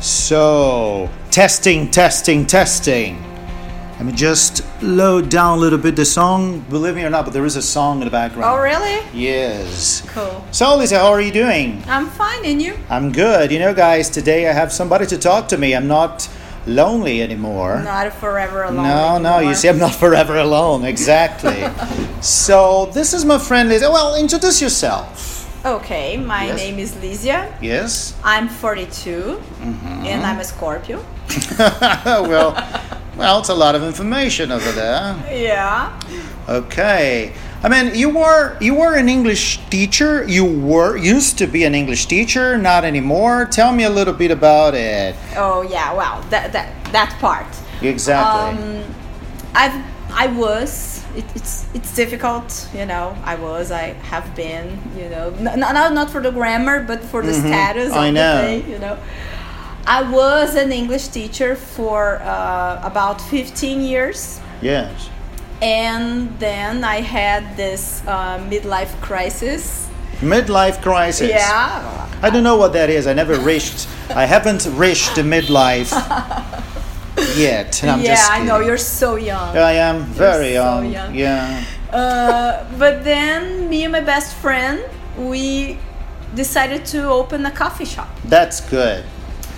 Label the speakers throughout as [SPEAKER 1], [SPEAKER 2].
[SPEAKER 1] So, testing, testing, testing. Let me just load down a little bit the song. Believe me or not, but there is a song in the background.
[SPEAKER 2] Oh, really?
[SPEAKER 1] Yes.
[SPEAKER 2] Cool.
[SPEAKER 1] So, Lisa, how are you doing?
[SPEAKER 2] I'm fine, and you?
[SPEAKER 1] I'm good. You know, guys, today I have somebody to talk to me. I'm not lonely anymore.
[SPEAKER 2] Not forever alone.
[SPEAKER 1] No, no,
[SPEAKER 2] anymore.
[SPEAKER 1] you see, I'm not forever alone. Exactly. so, this is my friend Lisa. Well, introduce yourself.
[SPEAKER 2] Okay, my
[SPEAKER 1] Yes.
[SPEAKER 2] name is Lysia.
[SPEAKER 1] Yes?
[SPEAKER 2] I'm 42,
[SPEAKER 1] Mm-hmm.
[SPEAKER 2] and I'm a Scorpio.
[SPEAKER 1] well, well, it's a lot of information over there.
[SPEAKER 2] Yeah.
[SPEAKER 1] Okay. I mean, you were you were an English teacher. You were used to be an English teacher, not anymore. Tell me a little bit about it.
[SPEAKER 2] Oh, yeah. Wow. That that that part.
[SPEAKER 1] Exactly.
[SPEAKER 2] Um, I've I was. It, it's it's difficult, you know. I was. I have been. You know, not not, not for the grammar, but for the status.
[SPEAKER 1] Mm-hmm. I
[SPEAKER 2] of the
[SPEAKER 1] know.
[SPEAKER 2] thing, you know. I was an English teacher for uh, about 15 years.
[SPEAKER 1] yes.
[SPEAKER 2] and then I had this uh, midlife crisis.
[SPEAKER 1] Midlife crisis.
[SPEAKER 2] Yeah,
[SPEAKER 1] I don't know what that is. I never reached. I haven't reached the midlife yet. And I'm
[SPEAKER 2] yeah,
[SPEAKER 1] just
[SPEAKER 2] I know
[SPEAKER 1] kidding.
[SPEAKER 2] you're so young.
[SPEAKER 1] I am very
[SPEAKER 2] so
[SPEAKER 1] young.
[SPEAKER 2] young.
[SPEAKER 1] Yeah.
[SPEAKER 2] Uh, but then me and my best friend we decided to open a coffee shop.
[SPEAKER 1] That's good.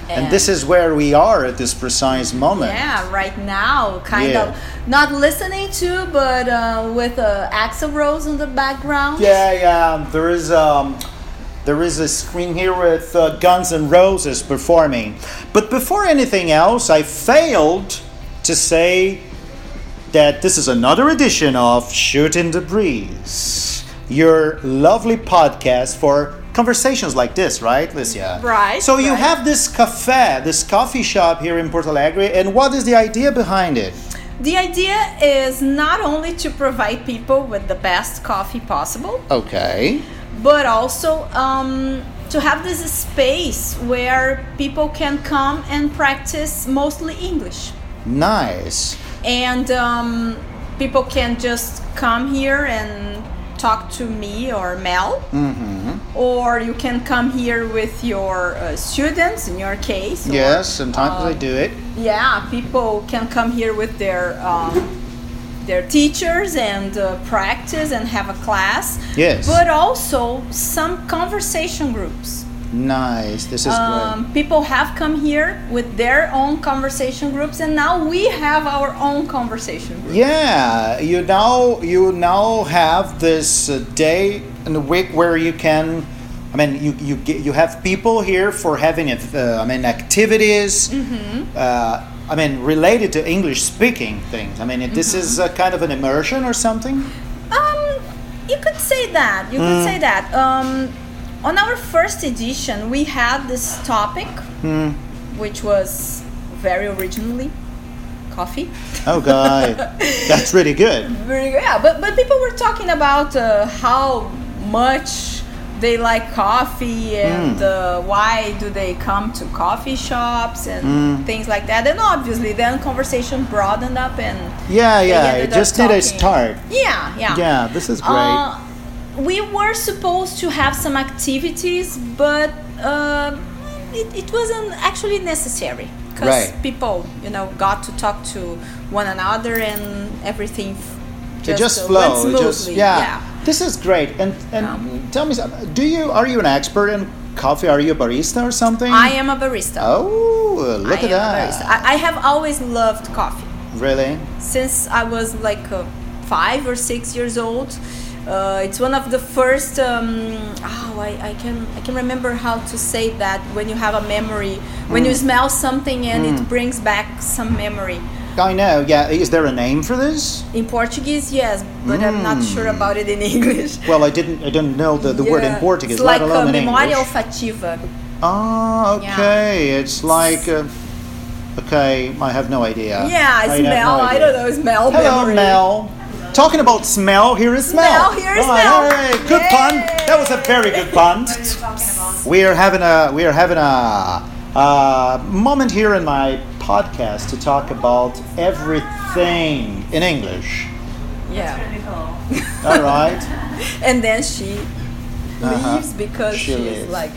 [SPEAKER 1] And, this is where we are at this precise moment.
[SPEAKER 2] Yeah, right now, kind
[SPEAKER 1] Yeah.
[SPEAKER 2] of not listening to, but uh, with uh, Axel Rose in the background.
[SPEAKER 1] Yeah, yeah. There is um, there is a screen here with uh, Guns N' Roses performing. But before anything else, I failed to say that this is another edition of Shooting the Breeze, your lovely podcast for conversations like this, right, Licia?
[SPEAKER 2] Right,
[SPEAKER 1] So you
[SPEAKER 2] right.
[SPEAKER 1] have this cafe, this coffee shop here in Porto Alegre, and what is the idea behind it?
[SPEAKER 2] The idea is not only to provide people with the best coffee possible,
[SPEAKER 1] Okay.
[SPEAKER 2] but also um, to have this space where people can come and practice mostly English.
[SPEAKER 1] Nice.
[SPEAKER 2] And um, people can just come here and talk to me or Mel. Or you can come here with your uh, students, in your case. or-
[SPEAKER 1] Yes, sometimes
[SPEAKER 2] Um,
[SPEAKER 1] I do it.
[SPEAKER 2] yeah, people can come here with their. Um, their teachers and uh, practice and have a class.
[SPEAKER 1] Yes.
[SPEAKER 2] But also some conversation groups.
[SPEAKER 1] Nice. This is
[SPEAKER 2] um, people have come here with their own conversation groups and now we have our own conversation group
[SPEAKER 1] great. Yeah, you now you now have this uh, day in the week where you can. I mean, you you get, you have people here for having uh, I mean activities.
[SPEAKER 2] Mm-hmm.
[SPEAKER 1] Uh, I mean, related to English speaking things. I mean, this is
[SPEAKER 2] Mm-hmm.
[SPEAKER 1] a kind of an immersion or something.
[SPEAKER 2] um you could say that you could say that um, on our first edition we had this topic which was very originally coffee
[SPEAKER 1] Oh God, that's really good.
[SPEAKER 2] very yeah but, but people were talking about uh, how much they like coffee and uh, why do they come to coffee shops and things like that and obviously then conversation broadened up and
[SPEAKER 1] Yeah,
[SPEAKER 2] they
[SPEAKER 1] yeah.
[SPEAKER 2] ended
[SPEAKER 1] It
[SPEAKER 2] up
[SPEAKER 1] just need a
[SPEAKER 2] talking.
[SPEAKER 1] start.
[SPEAKER 2] yeah yeah
[SPEAKER 1] Yeah, this is great.
[SPEAKER 2] uh, we were supposed to have some activities but uh, it, it wasn't actually necessary because
[SPEAKER 1] Right.
[SPEAKER 2] people you know got to talk to one another and everything f-
[SPEAKER 1] it just
[SPEAKER 2] uh, went
[SPEAKER 1] flows. It just
[SPEAKER 2] smoothly.
[SPEAKER 1] yeah. This is great. And and
[SPEAKER 2] Um,
[SPEAKER 1] tell me, some- do you are you an expert in coffee? Are you a barista or something?
[SPEAKER 2] I am a barista.
[SPEAKER 1] Oh, look at
[SPEAKER 2] I am a
[SPEAKER 1] that!
[SPEAKER 2] barista. I, I have always loved coffee
[SPEAKER 1] Really?
[SPEAKER 2] since I was like uh, five or six years old. Uh, it's one of the first. Um, oh, I, I can I can remember how to say that when you have a memory, when
[SPEAKER 1] Mm.
[SPEAKER 2] you smell something and it brings back some memory.
[SPEAKER 1] I know. Yeah. Is there a name for this?
[SPEAKER 2] In Portuguese, yes, but I'm not sure about it in English.
[SPEAKER 1] Well, I didn't. I don't know Mm. the, the word in
[SPEAKER 2] Yeah,
[SPEAKER 1] Portuguese,
[SPEAKER 2] it's like
[SPEAKER 1] let alone
[SPEAKER 2] uh,
[SPEAKER 1] in
[SPEAKER 2] memória
[SPEAKER 1] English.
[SPEAKER 2] olfativa.
[SPEAKER 1] Oh,
[SPEAKER 2] Yeah.
[SPEAKER 1] okay. It's like. Uh, okay, I have no idea.
[SPEAKER 2] Yeah, I,
[SPEAKER 1] have no
[SPEAKER 2] smell. I
[SPEAKER 1] idea.
[SPEAKER 2] don't know. Smell.
[SPEAKER 1] Hello,
[SPEAKER 2] memory.
[SPEAKER 1] Mel. Talking about smell, here is smell.
[SPEAKER 2] Smell, here is
[SPEAKER 1] Right,
[SPEAKER 2] smell.
[SPEAKER 1] hey, good
[SPEAKER 2] Yay.
[SPEAKER 1] pun. That was a very good pun. we are having a we are having a, a moment here in my podcast to talk about everything in English.
[SPEAKER 2] Yeah.
[SPEAKER 1] All right.
[SPEAKER 2] And then she
[SPEAKER 1] Uh-huh.
[SPEAKER 2] leaves because
[SPEAKER 1] She
[SPEAKER 2] she's
[SPEAKER 1] leaves.
[SPEAKER 2] like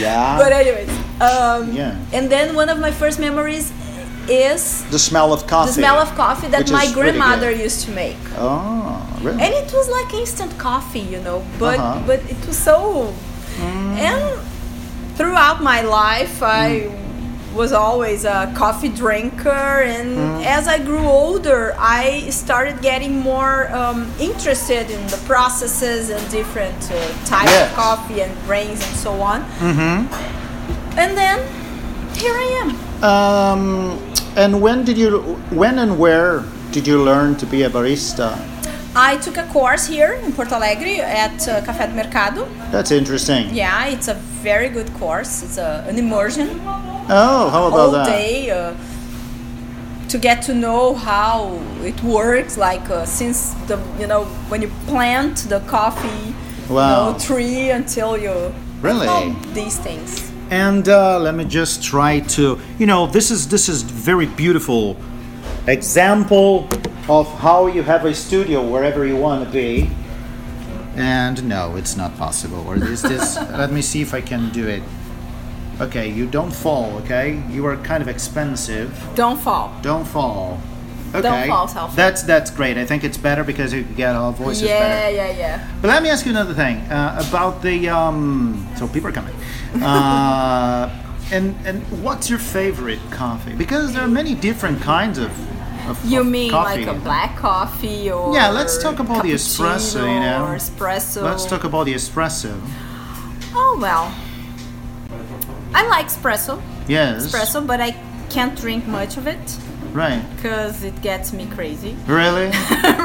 [SPEAKER 1] Yeah.
[SPEAKER 2] But anyways, um,
[SPEAKER 1] Yeah.
[SPEAKER 2] And then one of my first memories is
[SPEAKER 1] the smell of
[SPEAKER 2] the
[SPEAKER 1] coffee.
[SPEAKER 2] smell of coffee that
[SPEAKER 1] which
[SPEAKER 2] my
[SPEAKER 1] is pretty good.
[SPEAKER 2] grandmother used to make,
[SPEAKER 1] Oh, really?
[SPEAKER 2] and it was like instant coffee, you know. But
[SPEAKER 1] Uh-huh. Mm.
[SPEAKER 2] but it was so. And throughout my life, I was always a coffee drinker, and
[SPEAKER 1] Mm.
[SPEAKER 2] as I grew older, I started getting more um, interested in the processes and different uh, types
[SPEAKER 1] Yes. Mm-hmm.
[SPEAKER 2] of coffee and grains and so on. And then here I am.
[SPEAKER 1] um, and when did you, when and where did you learn to be a barista?
[SPEAKER 2] I took a course here in Porto Alegre at uh, Café do Mercado.
[SPEAKER 1] That's interesting.
[SPEAKER 2] Yeah, it's a very good course. It's a, an immersion
[SPEAKER 1] Oh, how about
[SPEAKER 2] all
[SPEAKER 1] that?
[SPEAKER 2] day uh, to get to know how it works. Like uh, since the you know when you plant the coffee you
[SPEAKER 1] Wow.
[SPEAKER 2] know, tree until you
[SPEAKER 1] Really?
[SPEAKER 2] all these things.
[SPEAKER 1] And uh, let me just try to, you know, this is this is very beautiful example of how you have a studio wherever you want to be. And no, it's not possible. Or is this? let me see if I can do it. Okay, you don't fall. Okay, you are kind of expensive.
[SPEAKER 2] Don't fall.
[SPEAKER 1] Don't fall. Okay.
[SPEAKER 2] fall, South.
[SPEAKER 1] That's that's great. I think it's better because you get our voices better.
[SPEAKER 2] yeah, yeah, yeah.
[SPEAKER 1] But let me ask you another thing uh, about the. Um, so people are coming. Uh, and and what's your favorite coffee? Because there are many different kinds of. of
[SPEAKER 2] You
[SPEAKER 1] of
[SPEAKER 2] mean
[SPEAKER 1] coffee.
[SPEAKER 2] like a black coffee or
[SPEAKER 1] Yeah, let's talk about the espresso, you
[SPEAKER 2] cappuccino
[SPEAKER 1] know.
[SPEAKER 2] or espresso.
[SPEAKER 1] Let's talk about the espresso.
[SPEAKER 2] Oh well. I like espresso,
[SPEAKER 1] Yes.
[SPEAKER 2] espresso, but I can't drink much of it
[SPEAKER 1] Right.
[SPEAKER 2] because it gets me crazy.
[SPEAKER 1] Really?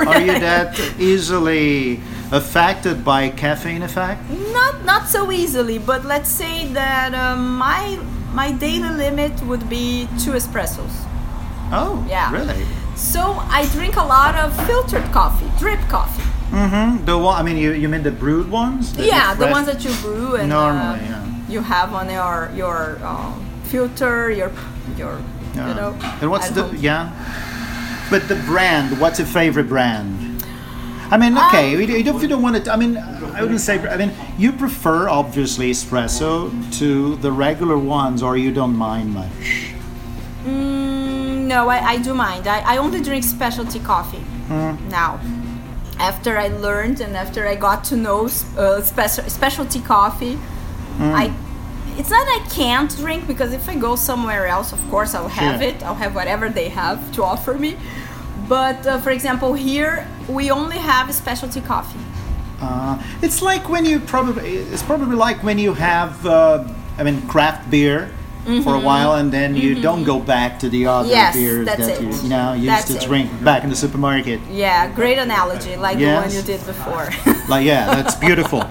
[SPEAKER 1] Are you that easily affected by caffeine effect?
[SPEAKER 2] Not not so easily, but let's say that um, my my daily limit would be two espressos.
[SPEAKER 1] Oh.
[SPEAKER 2] Yeah.
[SPEAKER 1] Really?
[SPEAKER 2] So I drink a lot of filtered coffee, drip coffee.
[SPEAKER 1] Mm-hmm. The one. I mean, you you mean the brewed ones? That you
[SPEAKER 2] yeah, the
[SPEAKER 1] press-
[SPEAKER 2] ones that you brew and
[SPEAKER 1] Normally,
[SPEAKER 2] uh,
[SPEAKER 1] yeah.
[SPEAKER 2] you have on your your um, filter, your your
[SPEAKER 1] Yeah.
[SPEAKER 2] you know.
[SPEAKER 1] And what's
[SPEAKER 2] at
[SPEAKER 1] the
[SPEAKER 2] home.
[SPEAKER 1] yeah? But the brand. What's your favorite brand? I mean, okay,
[SPEAKER 2] Um,
[SPEAKER 1] you you don't, if you don't want to. I mean, I wouldn't say. I mean, you prefer obviously espresso to the regular ones, or you don't mind much.
[SPEAKER 2] Mm, no, I, I do mind. I, I only drink specialty coffee
[SPEAKER 1] Hmm.
[SPEAKER 2] now. After I learned and after I got to know uh, special, specialty coffee,
[SPEAKER 1] Hmm.
[SPEAKER 2] I it's not I can't drink because if I go somewhere else, of course I'll have
[SPEAKER 1] Sure.
[SPEAKER 2] it. I'll have whatever they have to offer me. But uh, for example, here we only have specialty coffee.
[SPEAKER 1] Uh, it's like when you probably. It's probably like when you have. Uh, I mean, craft beer. For a while, and then you don't go back to the other
[SPEAKER 2] Mm-hmm. Yes,
[SPEAKER 1] beers
[SPEAKER 2] that's
[SPEAKER 1] that
[SPEAKER 2] it.
[SPEAKER 1] you, you know used
[SPEAKER 2] That's
[SPEAKER 1] to
[SPEAKER 2] it.
[SPEAKER 1] drink back in the supermarket.
[SPEAKER 2] Yeah, great analogy, like the one
[SPEAKER 1] Yes.
[SPEAKER 2] you did before.
[SPEAKER 1] Like, yeah, that's beautiful.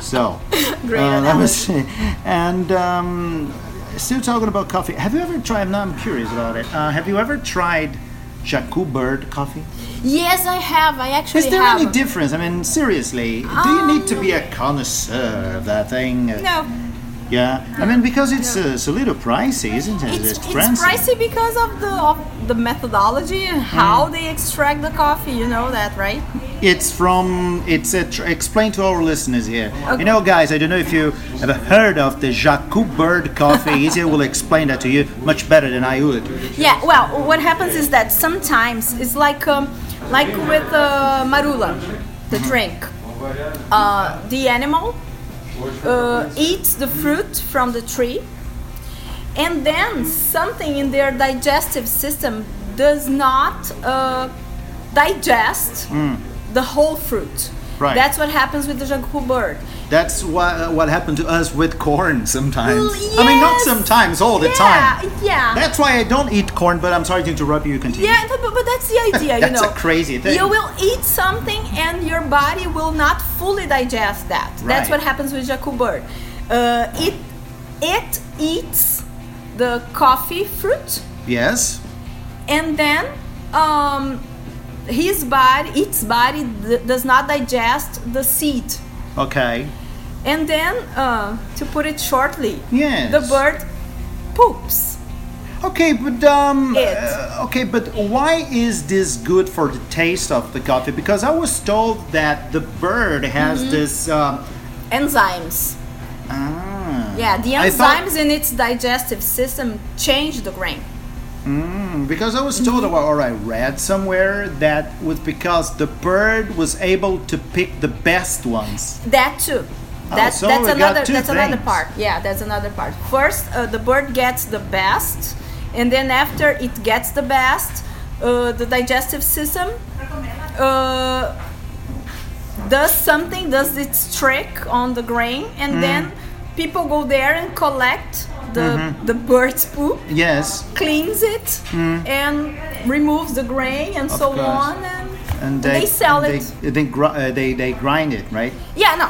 [SPEAKER 1] so,
[SPEAKER 2] Great
[SPEAKER 1] uh, let me
[SPEAKER 2] analogy.
[SPEAKER 1] see. And um, still talking about coffee. Have you ever tried? Now I'm curious about it. Uh, have you ever tried Jacu Bird coffee?
[SPEAKER 2] yes, I have. I actually
[SPEAKER 1] Is there
[SPEAKER 2] have. Um,
[SPEAKER 1] any difference? I mean, seriously, do you need to be a connoisseur of that thing?
[SPEAKER 2] no.
[SPEAKER 1] Yeah. I mean, because it's uh, it's a little pricey, isn't it?
[SPEAKER 2] it's, it's
[SPEAKER 1] expensive. Mm.
[SPEAKER 2] pricey because of the of the methodology and how they extract the coffee. You know that, right?
[SPEAKER 1] It's from. It's a. Tr- explain to our listeners here.
[SPEAKER 2] Okay.
[SPEAKER 1] You know, guys, I don't know if you ever heard of the Jacu Bird coffee. Izzy will explain that to you much better than I would.
[SPEAKER 2] Yeah. Well, what happens is that sometimes it's like um, like with uh, marula, the drink. Uh, the animal uh, eats the fruit from the tree, and then something in their digestive system does not uh, digest the whole fruit.
[SPEAKER 1] Mm. Right.
[SPEAKER 2] That's what happens with the jacu bird.
[SPEAKER 1] That's what what happened to us with corn sometimes.
[SPEAKER 2] Well,
[SPEAKER 1] I mean, not
[SPEAKER 2] yes.
[SPEAKER 1] sometimes, all the
[SPEAKER 2] yeah,
[SPEAKER 1] time.
[SPEAKER 2] Yeah.
[SPEAKER 1] That's why I don't eat corn. But I'm sorry to interrupt you. Continue.
[SPEAKER 2] yeah, but, but- but that's the idea, you
[SPEAKER 1] That's
[SPEAKER 2] know.
[SPEAKER 1] a crazy thing.
[SPEAKER 2] You will eat something and your body will not fully digest that.
[SPEAKER 1] Right.
[SPEAKER 2] That's what happens with Jacu bird. Uh, it, it eats the coffee fruit
[SPEAKER 1] Yes.
[SPEAKER 2] and then um, his body, its body d- does not digest the seed.
[SPEAKER 1] Okay.
[SPEAKER 2] And then, uh, to put it shortly,
[SPEAKER 1] Yes.
[SPEAKER 2] the bird poops.
[SPEAKER 1] Okay, but um.
[SPEAKER 2] It.
[SPEAKER 1] uh, okay, but why is this good for the taste of the coffee? Because I was told
[SPEAKER 2] Mm-hmm.
[SPEAKER 1] that the bird has this. Um,
[SPEAKER 2] Enzymes.
[SPEAKER 1] ah,
[SPEAKER 2] Yeah, the
[SPEAKER 1] I
[SPEAKER 2] enzymes
[SPEAKER 1] thought-
[SPEAKER 2] in its digestive system change the grain.
[SPEAKER 1] Mm, because I was told, or I read somewhere, that was because the bird was able to pick the best ones.
[SPEAKER 2] That too.
[SPEAKER 1] Oh,
[SPEAKER 2] That,
[SPEAKER 1] so
[SPEAKER 2] that's
[SPEAKER 1] we got
[SPEAKER 2] another
[SPEAKER 1] two
[SPEAKER 2] that's another
[SPEAKER 1] things.
[SPEAKER 2] part. Yeah, that's another part. First, uh, the bird gets the best, and then after it gets the best, uh, the digestive system uh, does something, does its trick on the grain, and
[SPEAKER 1] Mm.
[SPEAKER 2] then people go there and collect the
[SPEAKER 1] Mm-hmm.
[SPEAKER 2] the bird's poop,
[SPEAKER 1] Yes,
[SPEAKER 2] cleans it, and removes the grain and so
[SPEAKER 1] Mm. course.
[SPEAKER 2] on, and,
[SPEAKER 1] and they,
[SPEAKER 2] sell
[SPEAKER 1] and
[SPEAKER 2] it.
[SPEAKER 1] They, they, gr- uh, they they grind it, right?
[SPEAKER 2] Yeah, no.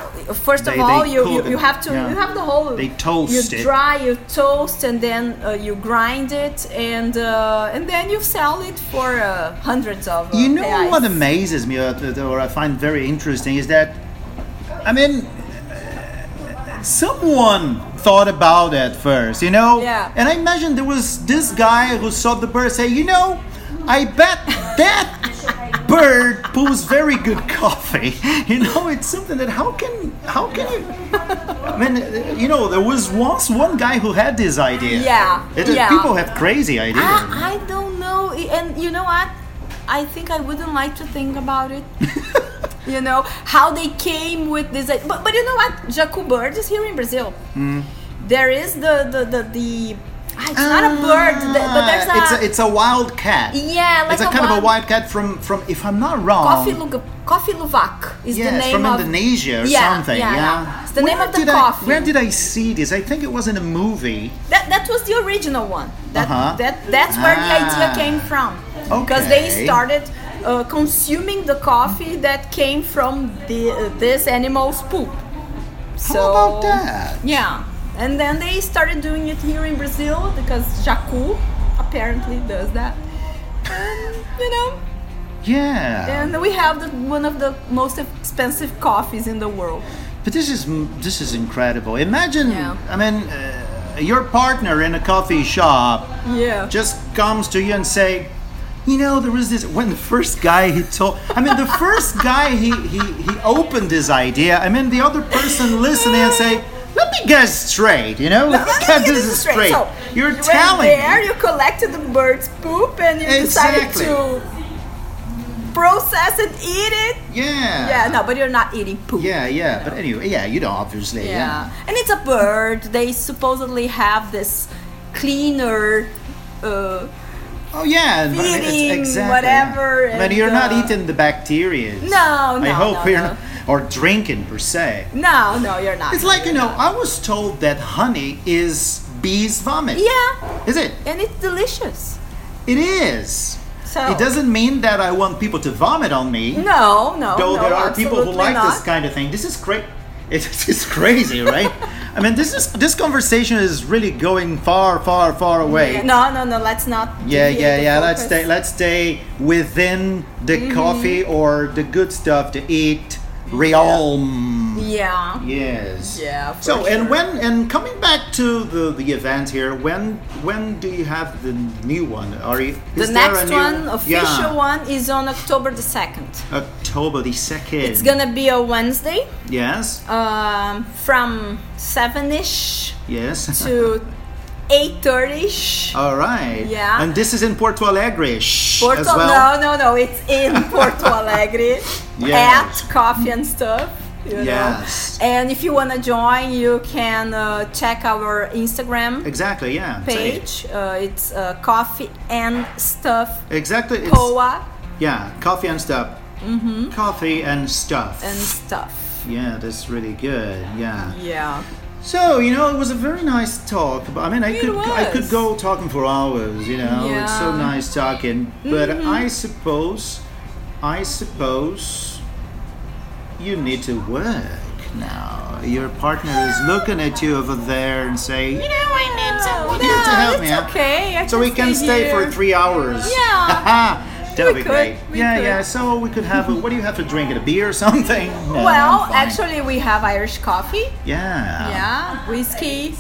[SPEAKER 2] First of
[SPEAKER 1] They-
[SPEAKER 2] all,
[SPEAKER 1] they
[SPEAKER 2] you,
[SPEAKER 1] cook
[SPEAKER 2] you,
[SPEAKER 1] it,
[SPEAKER 2] you have to
[SPEAKER 1] yeah.
[SPEAKER 2] you have the whole.
[SPEAKER 1] They toast
[SPEAKER 2] You
[SPEAKER 1] it.
[SPEAKER 2] dry, you toast, and then uh, you grind it, and uh, and then you sell it for uh, hundreds of. Uh,
[SPEAKER 1] You know
[SPEAKER 2] reais.
[SPEAKER 1] what amazes me, or, or I find very interesting, is that, I mean, someone thought about it first, you know?
[SPEAKER 2] Yeah.
[SPEAKER 1] And I imagine there was this guy who saw the bird say, you know, I bet that bird poos very good coffee. You know, it's something that how can how can you? I mean, you know, there was once one guy who had this idea.
[SPEAKER 2] Yeah,
[SPEAKER 1] It-
[SPEAKER 2] yeah.
[SPEAKER 1] People have crazy ideas.
[SPEAKER 2] Ah, I, I don't know, I- and you know what? I think I wouldn't like to think about it. you know how they came with this, but, but you know what? Jacu bird is here in Brazil.
[SPEAKER 1] Hmm.
[SPEAKER 2] There is the the the, the ah, it's not a bird, th- but there's
[SPEAKER 1] Ah, it's a, it's a wild cat.
[SPEAKER 2] Yeah, like
[SPEAKER 1] it's a,
[SPEAKER 2] a
[SPEAKER 1] kind of a
[SPEAKER 2] wild-
[SPEAKER 1] wild cat from from if I'm not wrong.
[SPEAKER 2] Coffee, Lu- coffee Luwak is
[SPEAKER 1] Um, Yes,
[SPEAKER 2] the name
[SPEAKER 1] from
[SPEAKER 2] of
[SPEAKER 1] Indonesia or
[SPEAKER 2] Yeah,
[SPEAKER 1] something.
[SPEAKER 2] yeah,
[SPEAKER 1] Yeah,
[SPEAKER 2] yeah. It's the name
[SPEAKER 1] Where
[SPEAKER 2] of the
[SPEAKER 1] did I-
[SPEAKER 2] coffee.
[SPEAKER 1] where did I see this? I think it was in a movie.
[SPEAKER 2] that. That was the original one. That
[SPEAKER 1] Uh-huh.
[SPEAKER 2] that that's where the idea
[SPEAKER 1] Ah.
[SPEAKER 2] came from. Because they
[SPEAKER 1] Okay.
[SPEAKER 2] started uh, consuming the coffee that came from the uh, this animal's poop. So,
[SPEAKER 1] How about that?
[SPEAKER 2] Yeah, and then they started doing it here in Brazil because Jacu apparently does that. And, you know,
[SPEAKER 1] Yeah,
[SPEAKER 2] and we have the, one of the most expensive coffees in the world.
[SPEAKER 1] but this is this is incredible. Imagine,
[SPEAKER 2] Yeah.
[SPEAKER 1] I mean, uh, your partner in a coffee shop
[SPEAKER 2] Yeah.
[SPEAKER 1] just comes to you and say, you know, there was this when the first guy he told. I mean, the first guy he he he opened this idea. I mean, the other person listening and say, let me get straight. You know,
[SPEAKER 2] Let me get this straight. So,
[SPEAKER 1] You're
[SPEAKER 2] you went
[SPEAKER 1] telling
[SPEAKER 2] there,
[SPEAKER 1] me.
[SPEAKER 2] you collected the bird's poop, and you
[SPEAKER 1] Exactly.
[SPEAKER 2] decided to process it, eat it.
[SPEAKER 1] Yeah.
[SPEAKER 2] Yeah, no, but you're not eating poop.
[SPEAKER 1] Yeah, yeah. But anyway, yeah, you know, obviously,
[SPEAKER 2] Yeah.
[SPEAKER 1] yeah.
[SPEAKER 2] and it's a bird. They supposedly have this cleaner. Uh,
[SPEAKER 1] Oh yeah, and- but I mean, it's
[SPEAKER 2] Feeding,
[SPEAKER 1] exactly.
[SPEAKER 2] whatever,
[SPEAKER 1] yeah. But
[SPEAKER 2] and,
[SPEAKER 1] you're not
[SPEAKER 2] uh,
[SPEAKER 1] eating the bacteria. I
[SPEAKER 2] No, no,
[SPEAKER 1] hope
[SPEAKER 2] no,
[SPEAKER 1] you're
[SPEAKER 2] no.
[SPEAKER 1] not, or drinking per se.
[SPEAKER 2] no, no, you're not.
[SPEAKER 1] It's like you know, I was told that honey is bees' vomit.
[SPEAKER 2] yeah,
[SPEAKER 1] Is it?
[SPEAKER 2] and it's delicious.
[SPEAKER 1] It is.
[SPEAKER 2] So
[SPEAKER 1] It doesn't mean that I want people to vomit on me.
[SPEAKER 2] No, no.
[SPEAKER 1] Though
[SPEAKER 2] no,
[SPEAKER 1] there are people who
[SPEAKER 2] absolutely
[SPEAKER 1] like
[SPEAKER 2] not.
[SPEAKER 1] this kind of thing. This is great. It's, it's crazy, right? I mean, this is this conversation is really going far, far, far away.
[SPEAKER 2] Yeah, no, no, no. Let's not.
[SPEAKER 1] Yeah,
[SPEAKER 2] deviate
[SPEAKER 1] yeah,
[SPEAKER 2] the
[SPEAKER 1] yeah. Let's
[SPEAKER 2] focus. Mm-hmm.
[SPEAKER 1] stay. Let's stay within the coffee or the good stuff to eat. Realm.
[SPEAKER 2] Yeah.
[SPEAKER 1] Yes.
[SPEAKER 2] Yeah, for
[SPEAKER 1] So and
[SPEAKER 2] sure.
[SPEAKER 1] when and coming back to the the event here, when when do you have the new one? Are you
[SPEAKER 2] The
[SPEAKER 1] is there
[SPEAKER 2] next
[SPEAKER 1] a new,
[SPEAKER 2] one, official
[SPEAKER 1] yeah,
[SPEAKER 2] one, is on October the 2nd.
[SPEAKER 1] October the second.
[SPEAKER 2] It's gonna be a Wednesday
[SPEAKER 1] Yes.
[SPEAKER 2] um, from 7 ish
[SPEAKER 1] Yes.
[SPEAKER 2] to 8.30 ish.
[SPEAKER 1] All right.
[SPEAKER 2] Yeah.
[SPEAKER 1] And this is in Porto Alegre shh,
[SPEAKER 2] Porto,
[SPEAKER 1] as well.
[SPEAKER 2] no, no, no, it's in Porto Alegre
[SPEAKER 1] Yes.
[SPEAKER 2] at Coffee and Stuff. You know?
[SPEAKER 1] Yes.
[SPEAKER 2] And if you wanna join, you can uh, check our Instagram
[SPEAKER 1] Exactly. Yeah. Say it.
[SPEAKER 2] page. Uh, it's uh, Coffee and Stuff
[SPEAKER 1] Exactly. It's,
[SPEAKER 2] Poa
[SPEAKER 1] Yeah. Coffee and stuff. Mm-hmm. Coffee and stuff.
[SPEAKER 2] and Stuff.
[SPEAKER 1] Yeah, that's really good. Yeah.
[SPEAKER 2] Yeah.
[SPEAKER 1] So you know, it was a very nice talk. But I mean, I
[SPEAKER 2] It
[SPEAKER 1] could I could
[SPEAKER 2] was.
[SPEAKER 1] go talking for hours. You know, it's so
[SPEAKER 2] Yeah. Mm-hmm.
[SPEAKER 1] nice talking. But I suppose, I suppose, you need to work now. Your partner is looking at you over there and say, you know, I need someone
[SPEAKER 2] no,
[SPEAKER 1] here to help
[SPEAKER 2] it's
[SPEAKER 1] me. out."
[SPEAKER 2] okay. I
[SPEAKER 1] So we can stay for
[SPEAKER 2] here.
[SPEAKER 1] three hours.
[SPEAKER 2] Yeah.
[SPEAKER 1] that
[SPEAKER 2] We
[SPEAKER 1] would be
[SPEAKER 2] could,
[SPEAKER 1] great.
[SPEAKER 2] we
[SPEAKER 1] yeah,
[SPEAKER 2] could.
[SPEAKER 1] yeah. So we could have. A, what do you have to drink? A beer or something? No,
[SPEAKER 2] Well,
[SPEAKER 1] fine.
[SPEAKER 2] actually, we have Irish coffee.
[SPEAKER 1] Yeah.
[SPEAKER 2] Yeah, whiskey.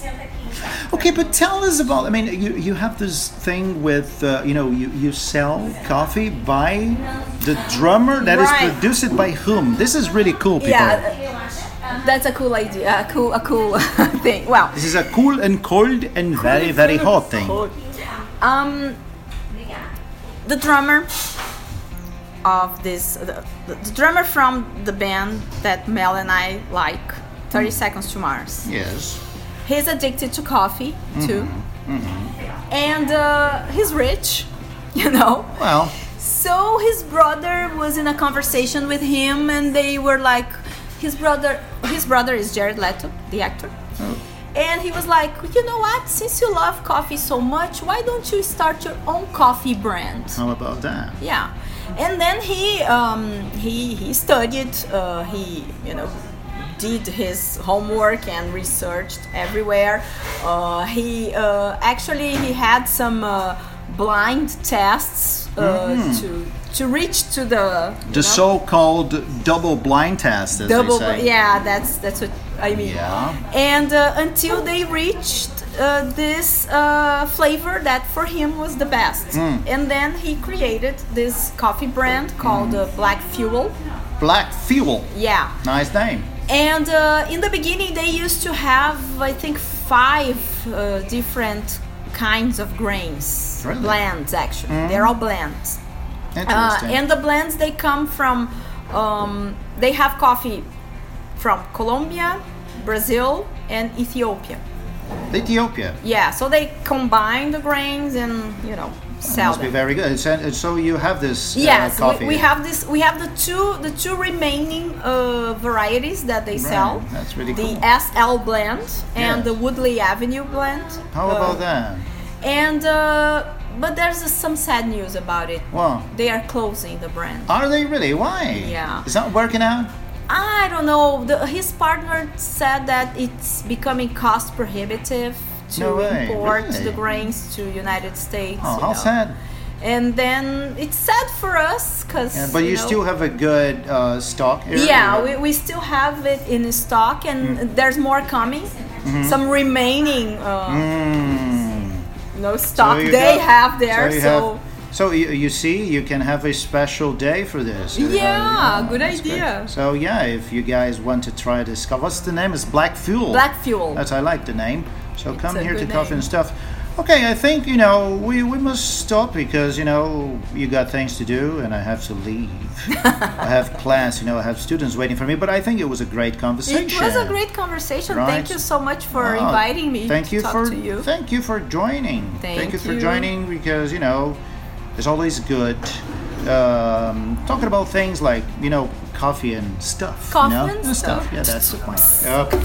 [SPEAKER 1] Okay, but tell us about. I mean, you, you have this thing with uh, you know you, you sell coffee by the drummer that is
[SPEAKER 2] Right.
[SPEAKER 1] produced by whom? This is really cool, people.
[SPEAKER 2] Yeah. That's a cool idea. A cool, a cool thing. Well,
[SPEAKER 1] This is a cool and cold and very, very hot thing.
[SPEAKER 2] Um, the drummer of this, the, the drummer from the band that Mel and I like, Thirty
[SPEAKER 1] Mm.
[SPEAKER 2] Seconds to Mars.
[SPEAKER 1] Yes.
[SPEAKER 2] He's addicted to coffee too, and uh, he's rich, you know.
[SPEAKER 1] Well,
[SPEAKER 2] So his brother was in a conversation with him, and they were like, his brother, his brother is Jared Leto, the actor. And he was like, you know what? Since you love coffee so much, why don't you start your own coffee brand?
[SPEAKER 1] how about that?
[SPEAKER 2] Yeah. And then he um, he he studied. Uh, he you know did his homework and researched everywhere. Uh, he uh, actually he had some uh, blind tests uh, to to reach to the you
[SPEAKER 1] The
[SPEAKER 2] know,
[SPEAKER 1] so-called double blind test, as
[SPEAKER 2] double.
[SPEAKER 1] they say.
[SPEAKER 2] Yeah, that's that's what I mean.
[SPEAKER 1] Yeah.
[SPEAKER 2] And uh, until they reached. Uh, this uh, flavor that for him was the best,
[SPEAKER 1] Hmm.
[SPEAKER 2] and then he created this coffee brand called
[SPEAKER 1] Hmm.
[SPEAKER 2] uh, Black Fuel.
[SPEAKER 1] Black fuel.
[SPEAKER 2] Yeah.
[SPEAKER 1] Nice name.
[SPEAKER 2] And uh, in the beginning, they used to have, I think, five uh, different kinds of grains.
[SPEAKER 1] Really? Hmm.
[SPEAKER 2] Blends, actually. They're all blends. Uh,
[SPEAKER 1] Interesting.
[SPEAKER 2] and the blends, they come from, um, they have coffee from Colombia, Brazil, and Ethiopia.
[SPEAKER 1] Ethiopia.
[SPEAKER 2] Yeah, so they combine the grains and, you know, sell
[SPEAKER 1] Must be
[SPEAKER 2] them.
[SPEAKER 1] very good. So, and so you have this uh,
[SPEAKER 2] Yes,
[SPEAKER 1] coffee.
[SPEAKER 2] we, we have this. We have the two the two remaining uh, varieties that they sell.
[SPEAKER 1] that's really
[SPEAKER 2] the
[SPEAKER 1] cool.
[SPEAKER 2] SL blend and
[SPEAKER 1] Yes.
[SPEAKER 2] the Woodley Avenue blend.
[SPEAKER 1] How
[SPEAKER 2] Uh,
[SPEAKER 1] about that?
[SPEAKER 2] And uh, but there's uh, some sad news about it.
[SPEAKER 1] Wow.
[SPEAKER 2] They are closing the brand.
[SPEAKER 1] Are they really? Why?
[SPEAKER 2] Yeah.
[SPEAKER 1] It's not working out?
[SPEAKER 2] I don't know. The, his partner said that it's becoming cost prohibitive to
[SPEAKER 1] No way,
[SPEAKER 2] import
[SPEAKER 1] really?
[SPEAKER 2] the grains to United States.
[SPEAKER 1] Oh,
[SPEAKER 2] you
[SPEAKER 1] how
[SPEAKER 2] know.
[SPEAKER 1] sad.
[SPEAKER 2] And then it's sad for us because.
[SPEAKER 1] Yeah, but you,
[SPEAKER 2] know,
[SPEAKER 1] still have a good uh, stock area.
[SPEAKER 2] Yeah, we, we still have it in stock, and
[SPEAKER 1] Mm.
[SPEAKER 2] there's more coming.
[SPEAKER 1] Mm-hmm.
[SPEAKER 2] Some remaining, uh,
[SPEAKER 1] Mm.
[SPEAKER 2] no stock
[SPEAKER 1] you
[SPEAKER 2] they
[SPEAKER 1] got-
[SPEAKER 2] have there. So,
[SPEAKER 1] you have- so you, you see, you can have a special day for this. Uh,
[SPEAKER 2] Yeah, good
[SPEAKER 1] that's great.
[SPEAKER 2] idea.
[SPEAKER 1] So yeah, if you guys want to try this, co- what's the name? It's Black Fuel.
[SPEAKER 2] black fuel.
[SPEAKER 1] That's I like the name. So come
[SPEAKER 2] a
[SPEAKER 1] here to
[SPEAKER 2] good
[SPEAKER 1] coffee
[SPEAKER 2] name.
[SPEAKER 1] and stuff. Okay, I think you know we, we must stop because you know you got things to do and I have to leave. I have class, you know, I have students waiting for me. But I think it was a great
[SPEAKER 2] it
[SPEAKER 1] conversation.
[SPEAKER 2] was a great conversation.
[SPEAKER 1] Right.
[SPEAKER 2] Thank you so much for
[SPEAKER 1] Oh,
[SPEAKER 2] inviting me
[SPEAKER 1] Thank
[SPEAKER 2] to
[SPEAKER 1] you
[SPEAKER 2] talk
[SPEAKER 1] for
[SPEAKER 2] to you.
[SPEAKER 1] thank you for joining.
[SPEAKER 2] Thank
[SPEAKER 1] you for
[SPEAKER 2] you.
[SPEAKER 1] joining because you know it's always good um, talking about things like you know coffee and stuff.
[SPEAKER 2] Coffee
[SPEAKER 1] you know?
[SPEAKER 2] and stuff.
[SPEAKER 1] Yeah, that's the point. Okay.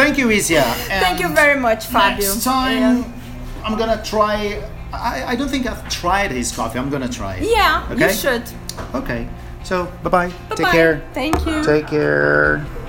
[SPEAKER 1] thank you, Isia.
[SPEAKER 2] Thank you
[SPEAKER 1] And
[SPEAKER 2] very much, Fabio.
[SPEAKER 1] Next time,
[SPEAKER 2] And-
[SPEAKER 1] I'm gonna try. I, I don't think I've tried his coffee. I'm gonna try it.
[SPEAKER 2] yeah,
[SPEAKER 1] Okay.
[SPEAKER 2] you should.
[SPEAKER 1] Okay. So bye bye. Take
[SPEAKER 2] Bye-bye. Mm-hmm.
[SPEAKER 1] care.
[SPEAKER 2] Thank you.
[SPEAKER 1] Take care.